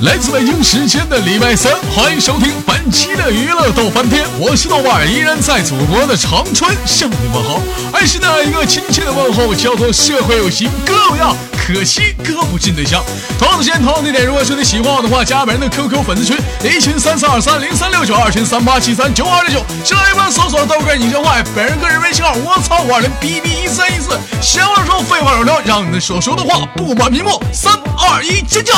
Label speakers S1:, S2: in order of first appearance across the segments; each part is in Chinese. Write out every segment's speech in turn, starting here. S1: 来自北京时间的礼拜三，欢迎收听本期的娱乐逗翻天，我是豆瓣，依然在祖国的长春向你们好，还是那一个亲切的问候，叫做社会有型哥有样，可惜哥不进对象。同样的时间，同样地点，如果说你喜欢我的话，加本人的 QQ 粉丝群，一群三三二三零三六九，二群三八七三九二六九，新浪微博搜索豆哥你真坏，本人个人微信号我操五二零 B B 一三一四，闲话少说，废话少聊，让你们所说的话布满屏幕，三二一，尖叫！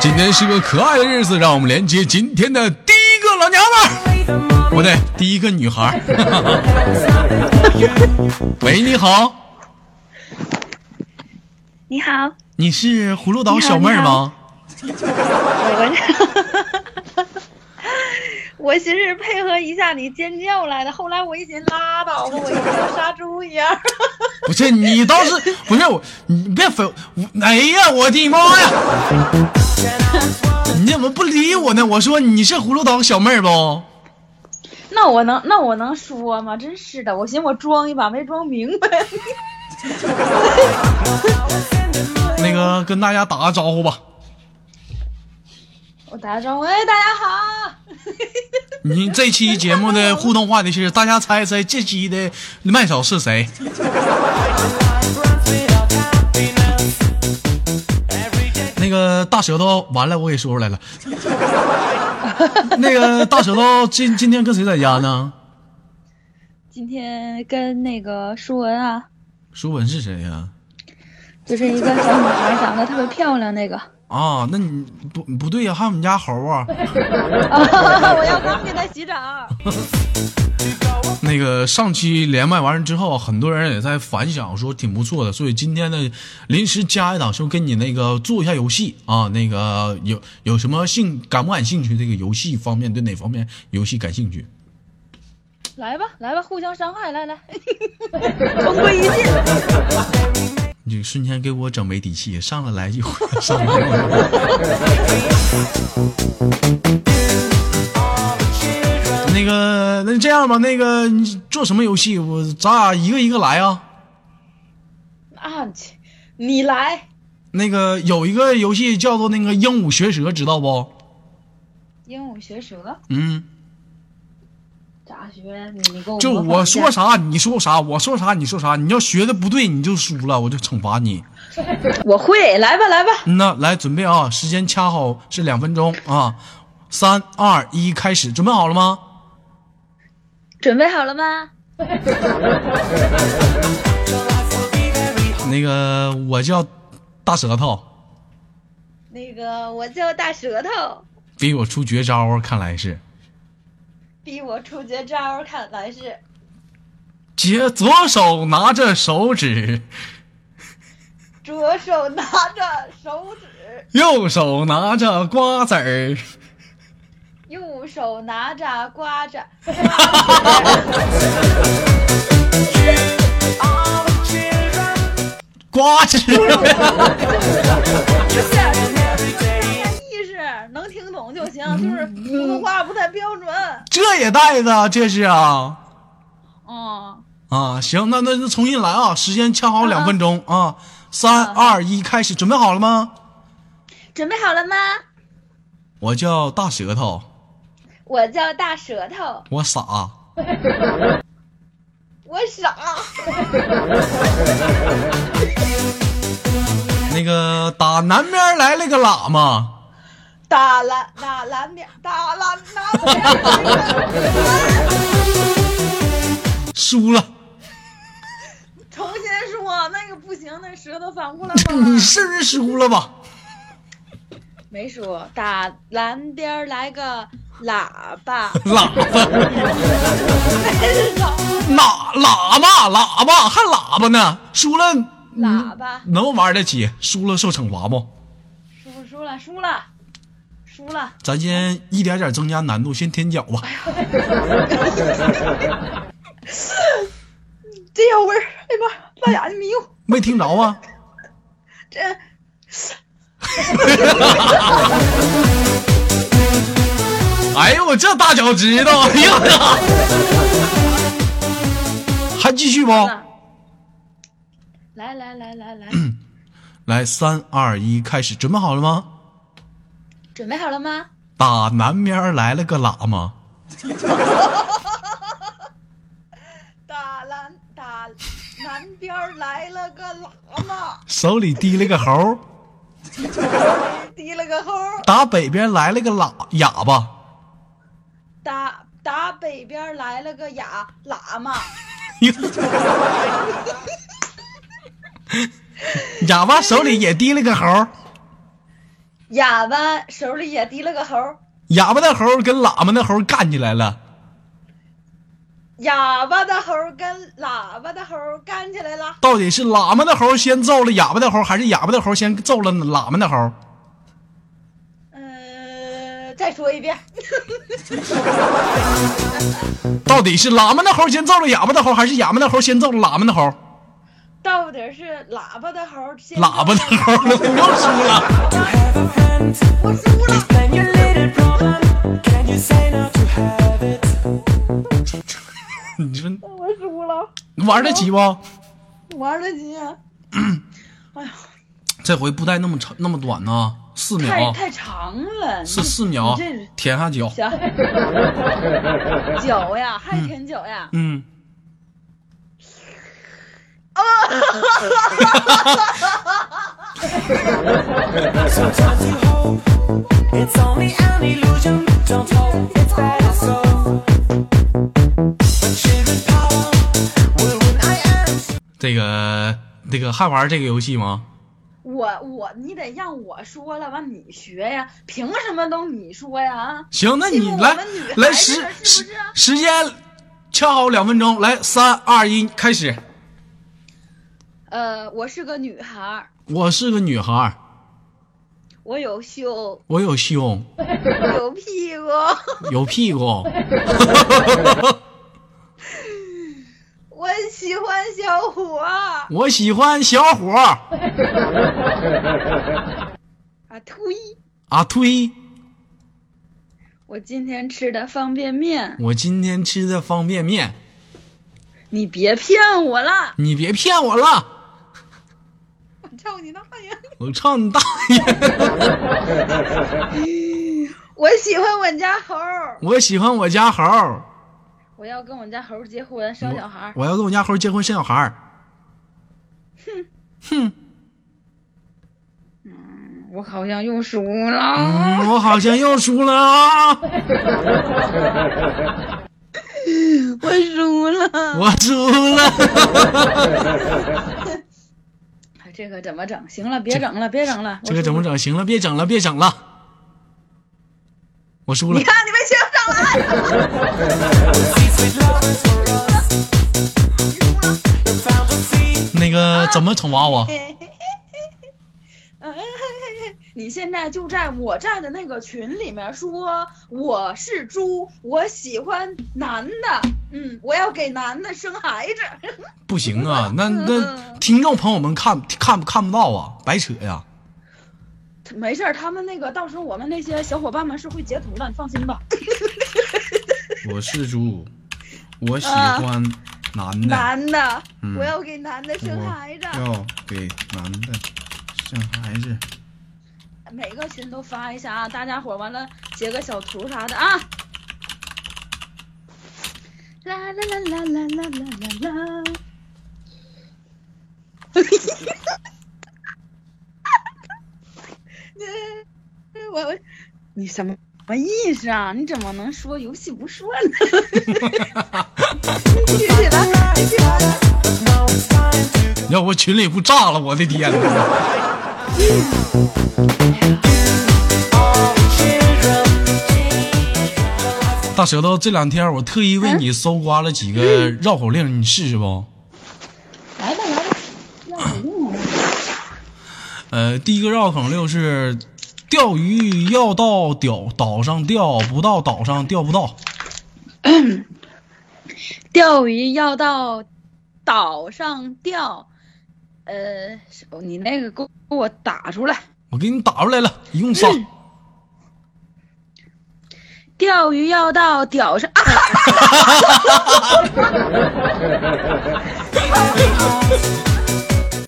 S1: 今天是个可爱的日子，让我们连接今天的第一个老娘们儿，不对，第一个女孩儿。喂，你好，
S2: 你 好，
S1: 你是葫芦岛小妹儿吗？
S2: 我寻思配合一下你尖叫来的，后来我一寻拉倒吧，我一像杀猪一样。
S1: 不是你倒是不是我，你别非我哎呀，我的妈呀！你怎么不理我呢？我说你是葫芦岛小妹儿不？
S2: 那我能那我能说吗？真是的，我寻我装一把没装明 白。
S1: 那个跟大家打个招呼吧。
S2: 我打个招呼，哎，大家 好。
S1: 你这期节目的互动话题是，大家猜一猜这期的麦嫂是谁？那个大舌头，完了我给说出来了。那个大舌头今今天跟谁在家呢？
S2: 今天跟那个舒文啊，
S1: 舒文是谁呀、
S2: 就是一个小女孩，长得特别漂亮 那个。
S1: 啊？那你不不对呀、还有我们家猴啊。
S2: 啊我要刚给她洗澡。
S1: 那个上期连麦完了之后，很多人也在反响说挺不错的，所以今天呢临时加一档，就跟你那个做一下游戏啊，那个有有什么兴感不感兴趣？这个游戏方面对哪方面游戏感兴趣？
S2: 来吧，来吧，互相伤害， 来来，同归于尽。
S1: 你瞬间给我整没底气，上来来一会儿，上来来一会儿。那个，那这样吧，那个你做什么游戏？我咱俩一个一个来啊。
S2: 啊，切你来，
S1: 那个有一个游戏叫做那个鹦鹉学舌，知道不？
S2: 鹦鹉学舌，
S1: 嗯，
S2: 咋学？你你给我
S1: 就
S2: 模仿
S1: 我
S2: 一下
S1: 说啥你说啥，我说啥你说啥，你要学的不对你就输了，我就惩罚你。
S2: 我会，来吧，来吧，
S1: 嗯呐，来准备啊，时间掐好是两分钟啊，三二一，开始，准备好了吗？
S2: 准备好了吗？
S1: 那个我叫大舌头，
S2: 那个，我叫大舌头，
S1: 逼我出绝招啊，看来是。
S2: 逼我出绝招，看来是
S1: 姐左手拿着手指，
S2: 左手拿着手指，
S1: 右手拿着瓜子儿。
S2: 右手拿着瓜子。
S1: 瓜子儿，
S2: 不是，这意识能听懂就行，
S1: 嗯
S2: 就是普通话不太标准。
S1: 这也带的，这是啊。
S2: 嗯，
S1: 啊，行，那那就重新来啊，时间掐好两分钟啊，三二一，开始，准备好了吗？
S2: 准备好了吗？
S1: 我叫大舌头，
S2: 我叫大舌头，
S1: 我傻，
S2: 我傻。
S1: 那个打南边来了个喇嘛，
S2: 打蓝打蓝边，打蓝打蓝边，
S1: 输了，
S2: 重新说那个不行，那舌头反过来
S1: 你
S2: 吧。
S1: 是不是输了吧？
S2: 没说打蓝边来个喇 叭，
S1: 喇叭，哪喇叭喇叭还喇叭呢？输了，
S2: 喇叭，
S1: 能玩得起？输了受惩罚不？
S2: 输了输了输了输了，
S1: 咱先一点点增加难度，先舔脚吧。
S2: 这小味儿，哎妈，大眼睛迷糊，
S1: 没听着啊？
S2: 这
S1: 哎呦，我这大脚趾头，哎呀！
S3: 还继续不？
S2: 嗯来来来来来，
S1: 来，三二一，开始，准备好了吗？
S2: 准备好了吗？
S1: 打南面来了个喇嘛，
S2: 打南打南边儿来了个喇嘛，
S1: 手里提了个猴，
S2: 提了个猴儿。
S1: 打北边来了个喇哑巴。
S2: 打打北边儿来了个哑喇嘛，
S1: 哑巴手里也提了个猴，
S2: 哑巴手里也提了个猴儿。
S1: 哑巴的猴跟喇嘛的猴干起来了。
S2: 哑巴的猴儿跟喇叭的猴儿干起来了，
S1: 到底是喇嘛的猴先揍了哑巴的猴，还是哑巴的猴先揍了喇嘛的猴？
S2: 呃，再说一遍，
S1: 到底是喇嘛的猴先揍了哑巴的猴，还是哑巴的猴先揍了喇嘛的猴？
S2: 到底是喇叭的猴儿先
S1: 喇叭的
S2: 干
S1: 猴，我 又输了。
S2: 我输 了，
S1: 你说
S2: 我输了，
S1: 你玩得起不？
S2: 玩了你，啊哎呀，
S1: 这回不带那么长那么短呢，四
S2: 太
S1: 秒，
S2: 太长了，你
S1: 是四秒
S2: 你这是，
S1: 舔下脚。
S2: 行，脚呀，还舔脚呀，
S1: 嗯，
S4: Sometimes you hope it's only an illusion. Don't hope it's better so. But children power will win. I am.
S1: 这个这个还玩这个游戏吗？
S2: 我我你得让我说了，完你学呀，凭什么都你说呀啊？
S1: 行，那
S2: 欺
S1: 你
S2: 负我
S1: 来
S2: 们女孩子
S1: 来
S2: 是
S1: 时
S2: 不是
S1: 时时间掐好两分钟，来三二一开始。
S2: 呃，我是个女孩儿，
S1: 我是个女孩儿，
S2: 我有胸，
S1: 我有胸，
S2: 我有屁股，
S1: 有屁股，
S2: 我喜欢小伙儿
S1: 我喜欢小伙儿
S2: 啊，呸！
S1: 啊推。
S2: 我今天吃的方便面，
S1: 我今天吃的方便面，
S2: 你别骗我啦！
S1: 你别骗我了，
S2: 我操你大爷！
S1: 我操你大爷！
S2: 我喜欢我家猴儿，
S1: 我喜欢我家猴儿，
S2: 我要跟我家猴儿结婚，生小孩儿。
S1: 我要跟我家猴儿结婚生小孩儿。
S2: 我好像又输了，
S1: 嗯，我好像又输了啊！
S2: 我输了。
S1: 我输了。
S2: 哎这个怎么整？行了，别整了，别整了。
S1: 这个怎么
S2: 整？
S1: 整？行了，别整了，别整了。我输了
S2: 你，看你们学上了。
S4: Sweet lovers for us. Your fantasy
S1: 那个怎么惩罚我？
S2: 你现在就在我站的那个群里面说我是猪，我喜欢男的，嗯，我要给男的生孩子。
S1: 不行啊，那那听众朋友们看看看不到啊，白扯 呀、
S2: 没事儿，他们那个到时候我们那些小伙伴们是会截图的，你放心吧。
S1: 我是猪，我喜
S2: 啊
S1: 欢男的。
S2: 男的，
S1: 嗯
S2: 我要给男的生孩子。
S1: 要给男的生孩子。
S2: 每个群都发一下啊，大家伙儿完了截个小图啥的啊。啦啦啦啦啦啦啦 啦啦。我我，你什么什么意思啊？你怎么能说游戏不 说呢？继续来，继续来。
S4: but now it's time to go.
S1: 要不群里不炸了，我的天呐！
S4: All the children.
S1: 大舌头，这两天我特意为你搜刮了几个绕口令，你试试不？
S2: 来吧来吧，要我用啊！
S1: 呃，第一个绕口令是：钓鱼要到岛岛上钓，不到岛上钓不到。
S2: 钓鱼要到岛上钓，呃，是哦你那个给我给我打出来。
S1: 嗯我给你打出来了，一共仨。
S2: 钓鱼要到屌上啊！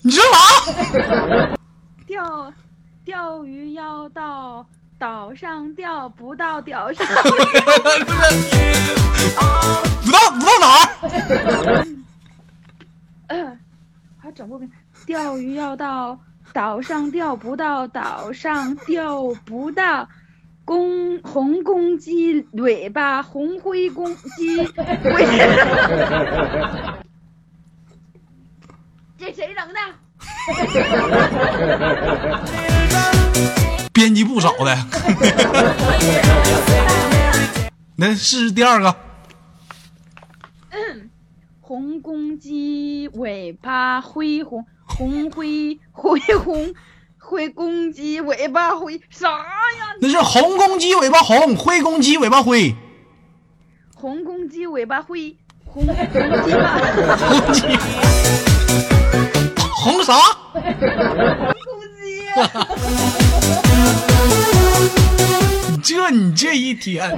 S1: 你说啥？
S2: 钓钓鱼要到岛上钓，不到屌上。
S1: 不到不到哪儿？
S2: 嗯， 还整不明白。钓鱼要到岛上钓，不到岛上钓不到。公红公鸡尾巴，红灰公鸡尾。这谁整的？
S1: 编辑部找 的。来试试第二个，
S2: 红公鸡尾巴灰红，红灰灰红，灰公鸡尾巴灰啥呀？
S1: 那是红公鸡尾巴红，灰公鸡尾巴灰，
S2: 红公鸡尾巴灰，红红鸡巴
S1: 红鸡红啥？
S2: 红公鸡。
S1: 这你这一天，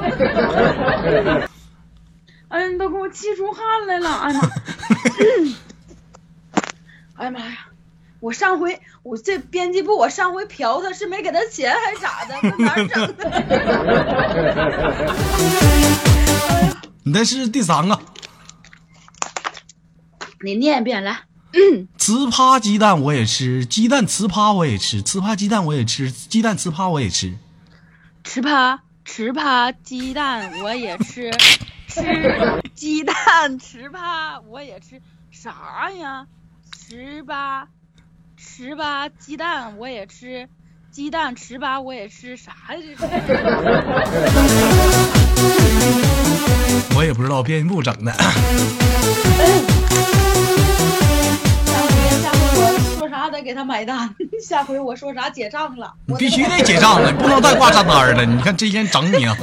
S2: 哎呀，你都给我气出汗来了！ 哎呀妈，哎呀妈呀！我上回我这编辑部，我上回嫖他是没给他钱还是咋的？这哪儿整的？
S1: 你再试试第三个，
S2: 你念一遍来。
S1: 糍粑鸡蛋我也吃，鸡蛋糍粑我也吃，糍粑鸡蛋我也吃，鸡蛋糍粑我也吃。
S2: 糍粑糍粑鸡蛋我也吃，吃鸡蛋糍粑我也吃，啥呀？糍粑糍粑鸡蛋我也吃，鸡蛋糍粑我也吃，啥呀？这 是。
S1: 我也不知道编辑部整的。
S2: 下回下回我说啥得给他买单，下回我说啥结账了。
S1: 你必须得结账了，你不能再挂账单了。你看这些人整你啊！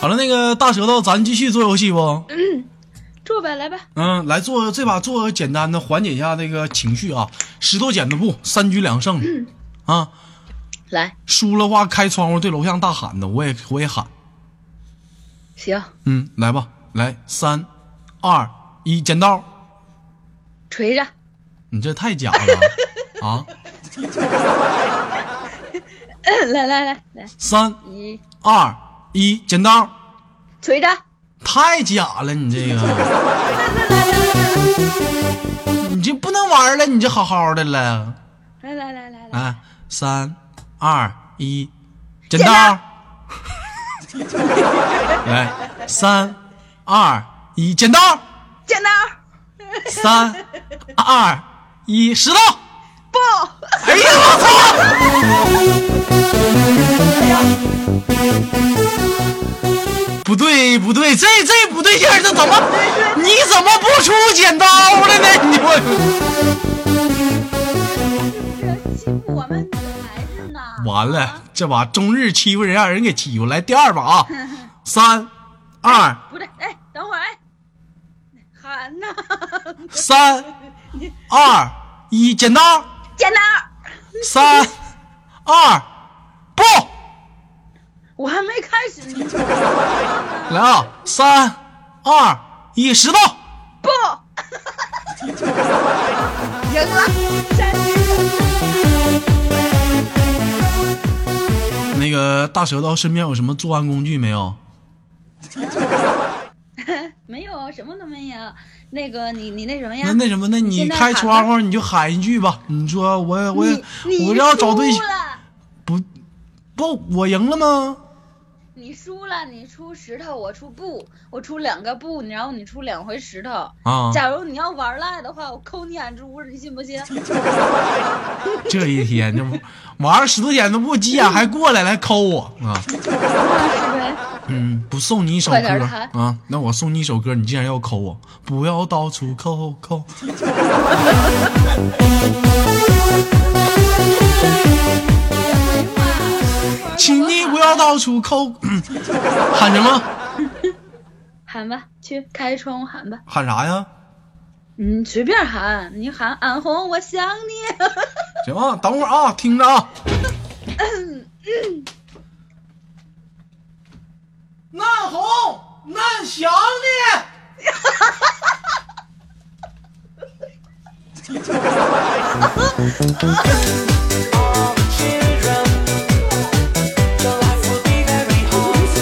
S1: 好了，那个大舌头，咱继续做游戏不？
S2: 坐呗，来呗，
S1: 嗯，来做这把做个简单的，缓解一下那个情绪啊。石头剪子布，三局两胜、啊！
S2: 来，
S1: 输了话开窗户对楼下大喊的，我也我也喊。
S2: 行，
S1: 嗯，来吧，来三二一，剪刀！
S2: 锤着，
S1: 你这太假了啊！
S2: 嗯来来来来，
S1: 三
S2: 一
S1: 二一，剪刀！
S2: 锤着，
S1: 太假了，你这个，你这不能玩了，你这好好的了。
S2: 来来来来来，
S1: 哎，三二一，剪
S2: 剪
S1: 刀
S2: 刀！
S1: 来，三二一，剪刀！
S2: 剪刀，
S1: 三二一，石头！
S2: 不。
S1: 哎呀，我操！
S2: 哎
S1: 不对，不对，这这不对劲儿，这怎么？你怎么不出剪刀了呢？你我
S2: 是欺负我们女孩子呢？
S1: 完了，这把终日欺负人，让人给欺负。来第二把啊，三二
S2: 不对，哎，等会儿，哎，喊 呐，
S1: 三二一，剪刀！
S2: 剪刀，
S1: 三二不，
S2: 我还没开始呢，
S1: 来啊！三二一，石头！
S2: 不，赢了，真是
S1: 那个大舌头身边有什么作案工具没有？
S2: 没有，什么都没有。那个，你你那什么呀
S1: 那？那什么，那你
S2: 现在
S1: 开
S2: 喊
S1: 窗
S2: 吧
S1: 户你就喊一句吧，你说我我
S2: 你
S1: 我
S2: 你
S1: 要找对
S2: 输了，
S1: 不不，我赢了吗？
S2: 你输了，你出石头，我出布，我出两个布，然后你出两回石头。
S1: 啊，
S2: 假如你要玩赖的话，我抠你眼珠子，你信不信？
S1: 这一天这不玩石头剪子布，急眼
S2: 嗯
S1: 还过来来抠我啊！
S2: 那是呗。
S1: 嗯，不送你一首
S2: 快点
S1: 歌
S2: 儿弹
S1: 啊，那我送你一首歌，你竟然要抠我，不要到处抠抠。请你不要到处抠，嗯 喊什么？
S2: 喊吧，去开窗户喊吧，
S1: 喊啥呀？
S2: 嗯，随便喊，你喊俺红，我想你。
S1: 行啊，等会儿啊，听着啊。难红难想的。
S4: all the children. Your life will be very hard.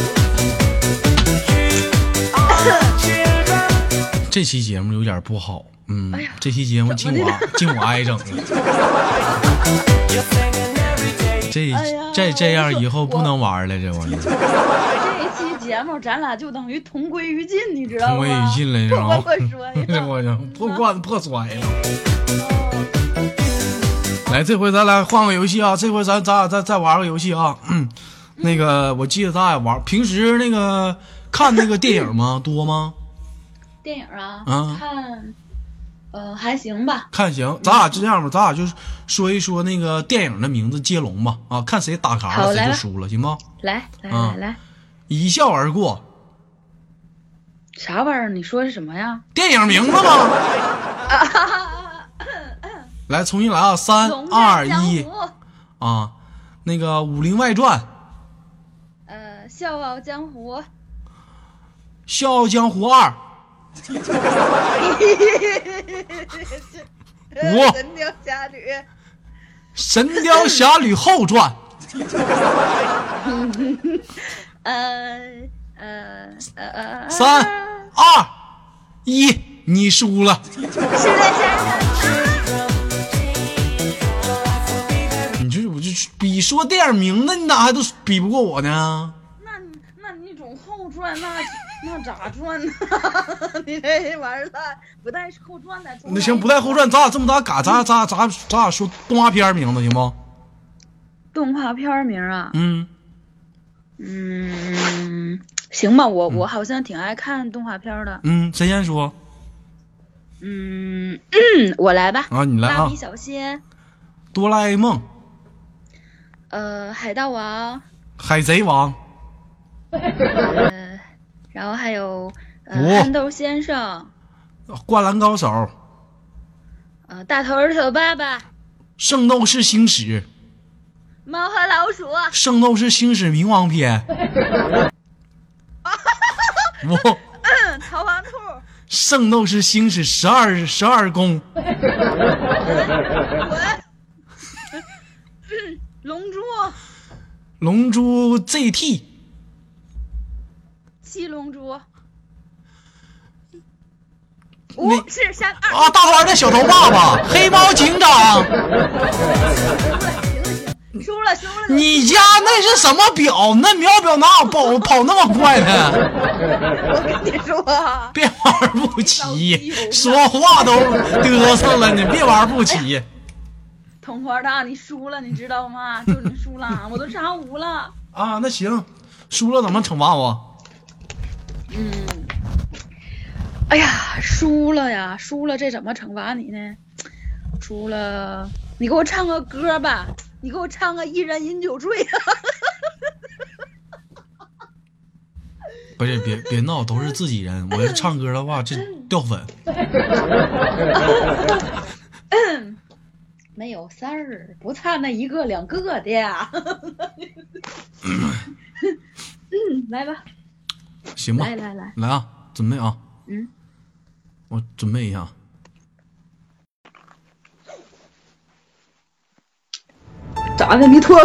S4: You are children.
S1: 这期节目有点不好，嗯，这期节目进我进我挨整了，
S4: You're singing every day.
S1: 这
S2: 哎呀
S1: 再这样以后
S2: 我
S1: 不能玩了，这 玩意儿
S2: 这一期节目咱俩就等于同归于尽，你知道吗？
S1: 同归于尽了，然后
S2: 我我 说
S1: 这
S2: 呀，
S1: 我就破罐子破摔了。来，这回咱俩换个游戏啊！这回咱咱俩再再玩个游戏啊！ 嗯，那个我记得咱俩玩，平时那个看那个电影吗？ 多吗？
S2: 电影啊，
S1: 啊
S2: 看，呃，还行吧。
S1: 看行，咱俩就这样吧，咱俩就说一说那个电影的名字接龙吧啊，看谁打卡
S2: 好
S1: 了谁
S2: 来
S1: 就
S2: 吧
S1: 输了，行不？
S2: 来来
S1: 啊
S2: 来来，
S1: 一笑而过，
S2: 啥玩意儿？你说是什么呀？
S1: 电影名字 吗？来，重新来啊！三
S2: 龙
S1: 二
S2: 战江
S1: 一
S2: 湖，
S1: 啊，那个《武林外传》《
S2: 呃，笑傲江湖，
S1: 笑傲江湖二》五
S2: 呃神雕侠侣，
S1: 《神雕侠侣后传》
S2: 嗯呃呃呃呃，
S1: 三二一，你输了，
S2: 是的，先生。
S1: 你就我就比说电影名字，你咋还都比不过我呢？
S2: 那你那你总后转，那那咋转呢？ 你这玩意儿了，不带后转的。
S1: 那行，不带后。传，咱俩这么咱俩嘎，咱俩咱俩咱俩咱俩说动画片名字行不？
S2: 动画片儿名啊，
S1: 嗯，
S2: 嗯，行吧，我我好像挺爱看动画片儿的。
S1: 嗯，谁先说
S2: 嗯， 嗯我来吧。
S1: 啊？你来
S2: 蜡
S1: 啊
S2: 笔！小新，
S1: 哆啦 A 梦、
S2: 呃，海盗王，
S1: 海贼王、
S2: 然后还有呃
S1: 五
S2: 憨豆先生，
S1: 灌篮高手、
S2: 呃，大头儿头爸爸，
S1: 圣斗士星矢、
S2: 猫和老鼠，
S1: 圣斗士星矢冥王篇。五，
S2: 嗯，逃亡兔，
S1: 圣斗士星矢十二十二宫、
S2: 滚，龙珠，
S1: 龙珠 ZT、
S2: 七龙珠。
S1: 那
S2: 五是三二，
S1: 啊，大花的小头爸爸、黑猫警长，
S2: 输了输了，
S1: 你家那是什么表？那秒表哪有跑跑那么快的？
S2: 我跟你说啊，
S1: 别玩不齐，说话都嘚瑟了，你别玩不齐。
S2: 同花大，你输了，你知道 吗？就你输了，我都上无了。
S1: 啊，那行，输了怎么惩罚我？
S2: 嗯，哎呀，输了呀，输了，这怎么惩罚你呢？输了，你给我唱个歌吧，你给我唱个《一人饮酒醉》
S1: 不是，别别闹，都是自己人。我要唱歌的话，这掉粉。
S2: 没有三儿，不差那一个两个的呀。 嗯，来吧，
S1: 行吧，
S2: 来来来，
S1: 来啊，准备啊，
S2: 嗯，
S1: 我准备一下。啊
S2: 咋的？你脱？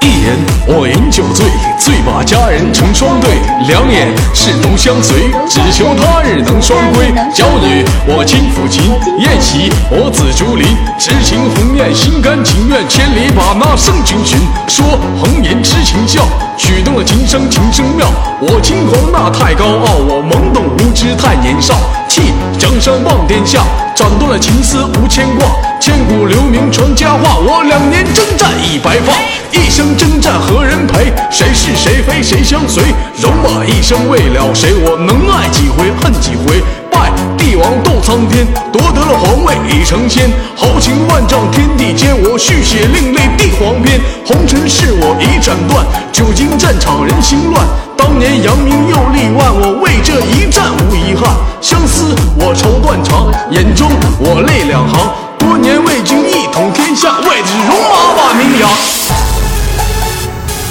S5: 一人我饮酒醉，醉把佳人成双对。两眼是独相随，只求他日能双归。娇女我轻抚琴，宴席我紫竹林。痴情红艳，心甘情愿，千里把那圣君寻。说红颜痴情笑，曲动了琴声情声妙。我轻狂那太高傲，我懵懂无知太年少。弃江山望天下，斩断了情丝无牵挂。千古留名传佳话，我两年征战已白发。一生征战何人陪？谁是谁非谁相随？戎马一生为了谁？我能爱几回恨几回？拜帝王斗苍天，夺得了皇位已成仙。豪情万丈天地间，我续写另类帝皇篇。红尘事我已斩断，久经战场人心乱。当年扬名又立万，我为这一战无遗憾。相思我愁断肠，眼中我泪两行。多年未经一统天下，为的是戎马把名扬。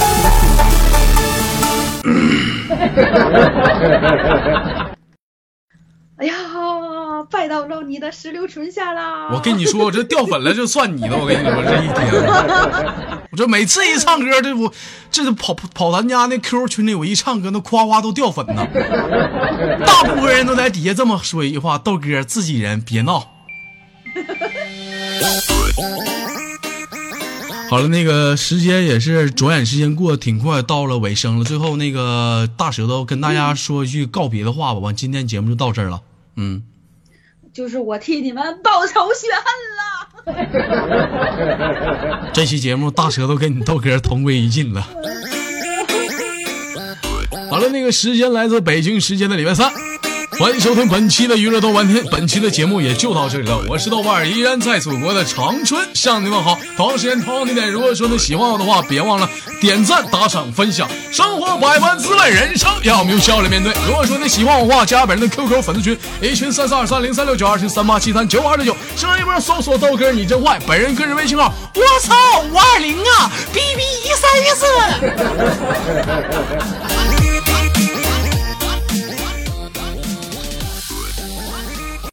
S4: Hey,
S2: 哎呀，拜倒肉泥的石榴唇下啦！
S1: 我跟你说，我这掉粉了就算你的，我跟你说这一天，我这每次一唱歌，这我这跑跑咱家那 QQ 群里，我一唱歌，那夸夸都掉粉呐。大部分人都在底下这么说一句话：“豆哥，自己人，别闹。”好了，那个时间也是转眼之间过得挺快，到了尾声了。最后那个大舌头跟大家说一句告别的话吧，完，今天节目就到这儿了。嗯，
S2: 就是我替你们报仇雪恨了。
S1: 这期节目大舌头跟你豆哥同归于尽了。好了，那个时间来自北京时间的礼拜三，欢迎收听本期的娱乐豆瓣天，本期的节目也就到这里了。我是豆瓣儿，依然在祖国的长春向你问好。同样时间同样地点，如果说你喜欢我的话，别忘了点赞、打赏、分享。生活百般滋味，人生要我们用笑来面对。如果说你喜欢我的话，加本人的 QQ 粉丝群，一群三三二三零三六九，二群三八七三九二六九，新浪微博搜索豆哥你真坏，本人个人微信号我操五二零啊，B B 一三一四。